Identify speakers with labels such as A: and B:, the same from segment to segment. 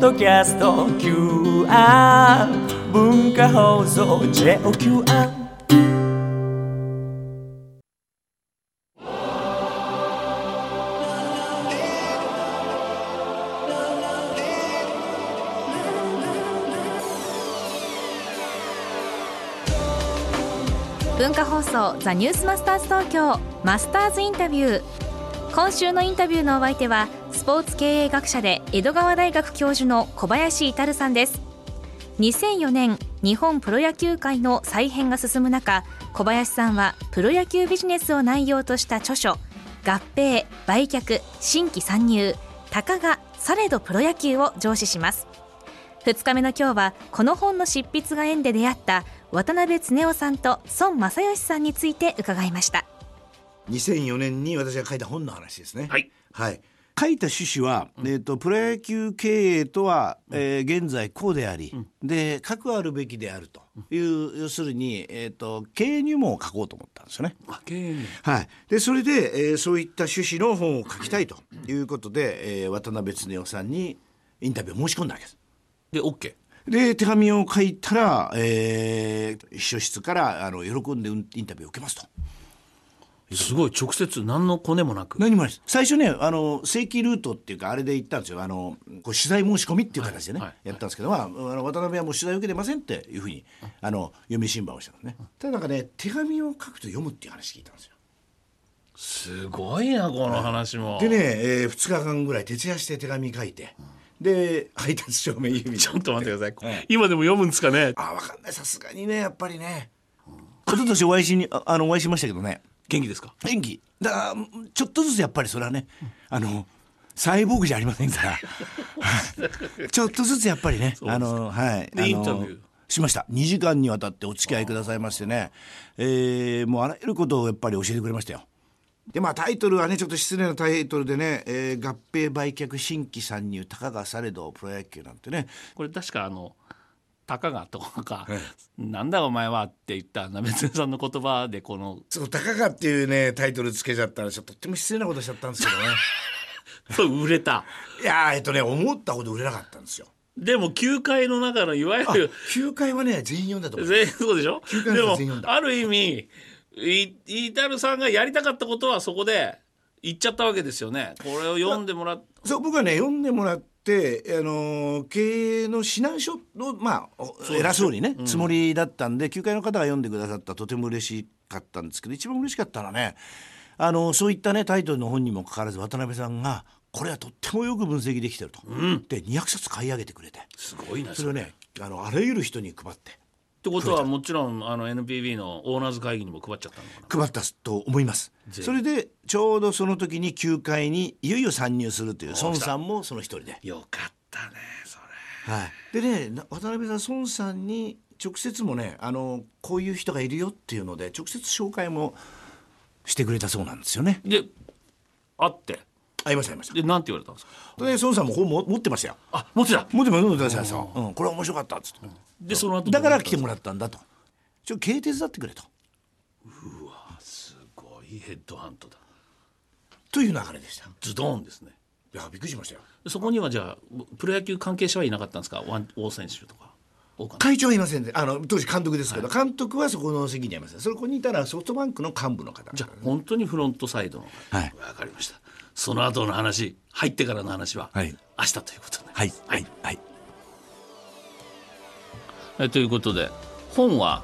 A: ドキャスト QR 文化放送 JOQR
B: 文化放送ザニュースマスターズ東京マスターズインタビュー今週のインタビューのお相手はスポーツ経営学者で江戸川大学教授の小林至さんです2004年日本プロ野球界の再編が進む中小林さんはプロ野球ビジネスを内容とした著書「合併売却新規参入たかがされどプロ野球」を上司します2日目の今日はこの本の執筆が縁で出会った渡辺恒夫さんと孫正義さんについて伺いました
C: 2004年に私が書いた本の話ですね。
D: はい。
C: はい。
E: 書いた趣旨は、えー、とプロ野球経営とは、えー現在こうであり、でかくあるべきであるという、要するに、えー、と経営入門を書こうと思ったんですよね。
C: はい、でそれで、えーそういった趣旨の本を書きたいということで、えー渡辺恒夫さんにインタビューを申し込んだわけです。
D: で、OK。
C: で手紙を書いたら、えー秘書室からあの喜んでうんインタビューを受けますと。
D: すごい、直接、何のコネもなく。
C: 何もないです最初ねあの正規ルートっていうかあれで行ったんですよあのこう取材申し込みっていう形でね、
D: はいはい
C: やったんですけど、まあ、あの渡辺はもう取材を受けてませんっていうふうにあの読み新聞をしたのね、ただなんかね手紙を書くと読むっていう話聞いたんですよ
D: すごいな、この話も。
C: でね、え2日間ぐらい徹夜して手紙書いて、で配達証明郵便
D: ちょっと待ってくださ。
C: はい
D: 今でも読むんですかね。
C: あ分かんないさすがにねやっぱりね
E: 一昨年お会いしにああのお会いしましたけどね
D: 元気ですか
E: 演技だからちょっとずつやっぱりそれはねあのサイボーグじゃありませんから ちょっとずつやっぱりねあのはい
D: で
E: あの
D: インタビュー
E: しました2時間にわたってお付き合いくださいましてねえーもうあらゆることをやっぱり教えてくれましたよ
C: でまあタイトルはねちょっと失礼なタイトルでね、えー合併売却新規参入たかがされどプロ野球なんてね
D: これ確かあの「たかが」とか「なんだお前は」って言った鍋津さんの言葉でこの
C: そうたかがっていうねタイトルつけちゃったらちょっととっても失礼なことしちゃったんですけど ね
D: そう売れた
C: いやーえっとね思ったほど売れなかったんですよ
D: でも球界の中のいわゆる
C: 9回はね全員読んだと 思う
D: 全員そうでしょ
C: 球界
D: で
C: の
D: も
C: 人全員読んだ
D: ある意味いイタルさんがやりたかったことはそこで言っちゃったわけですよねこれを読んでもらっ
C: そう僕はね読んでもらって、あのー経営の指南書の、まあ、お偉そうにね、
E: つもりだったんで球界の方が読んでくださったとても嬉しかったんですけど一番嬉しかったのはねあのそういったねタイトルの本にもかかわらず渡辺さんがこれはとってもよく分析できてると、で200冊買い上げてくれて
D: すごいな
E: そ
D: そ
E: れ
D: れ
E: を
D: っ
E: ねあのあらゆる人に配って
D: てことはもちろんあの NPB のオーナーズ会議にも配っちゃったのかな
E: 配ったと思います
D: ぜ
E: それでちょうどその時に球界にいよいよ参入するという孫さんもその一人で、
D: よかったねそれ
E: はい、
C: でねな渡辺さん孫さんに直接もねあのこういう人がいるよっていうので直接紹介も
E: してくれたそうなんですよね
D: で会って
C: ありましたありました
D: でなんて言われたんですか
C: で孫さんも本も持ってましたよ
D: あ持ってた
C: 持ってました持ってましたようん、これは面白かったっつって、
D: でその後
E: だから来
D: 来
E: てもらったんだとちょ経営手伝ってくれと
D: すごいヘッドハントだ
C: という流れでしたい
D: ズドーンですね
C: やびっくりしましたよ
D: でそこにはじゃあプロ野球関係者はいなかったんですかワン王選手とか王監督
C: 会長はいませんであの当時監督ですけど、監督はそこの席にいませんそこにいたらソフトバンクの幹部の方
D: じゃあ本当にフロントサイドの
E: はい
D: わかりましたその後の話入ってからの話は
E: は
D: 明
E: い
D: 日ということで、
E: はいはいはい
D: えということで本は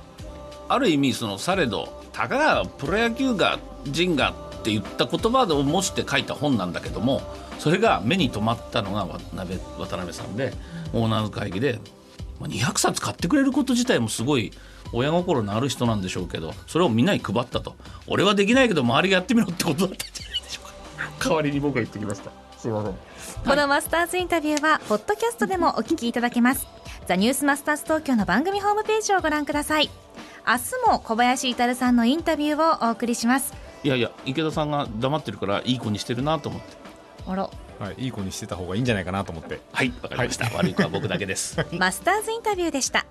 D: ある意味そのされどたかがプロ野球が人がって言った言葉を模して書いた本なんだけどもそれが目に留まったのが渡辺渡辺さんでオーナーズ会議でまあ200冊買ってくれること自体もすごい親心のある人なんでしょうけどそれをみんなに配ったと俺はできないけど周りがやってみろってことだったんじゃないでしょうか代わりに僕が言ってきましたすいません
B: このマスターズインタビューはポッドキャストでもお聞きいただけますザニュースマスターズ東京の番組ホームページをご覧ください明日も小林至さんのインタビューをお送りします
D: いやいや池田さんが黙ってるからいい子にしてるなと思って
B: あら
F: はい、いい子にしてた方がいいんじゃないかなと思って。
D: はいわかりました、悪い子は僕だけです
B: マスターズインタビューでした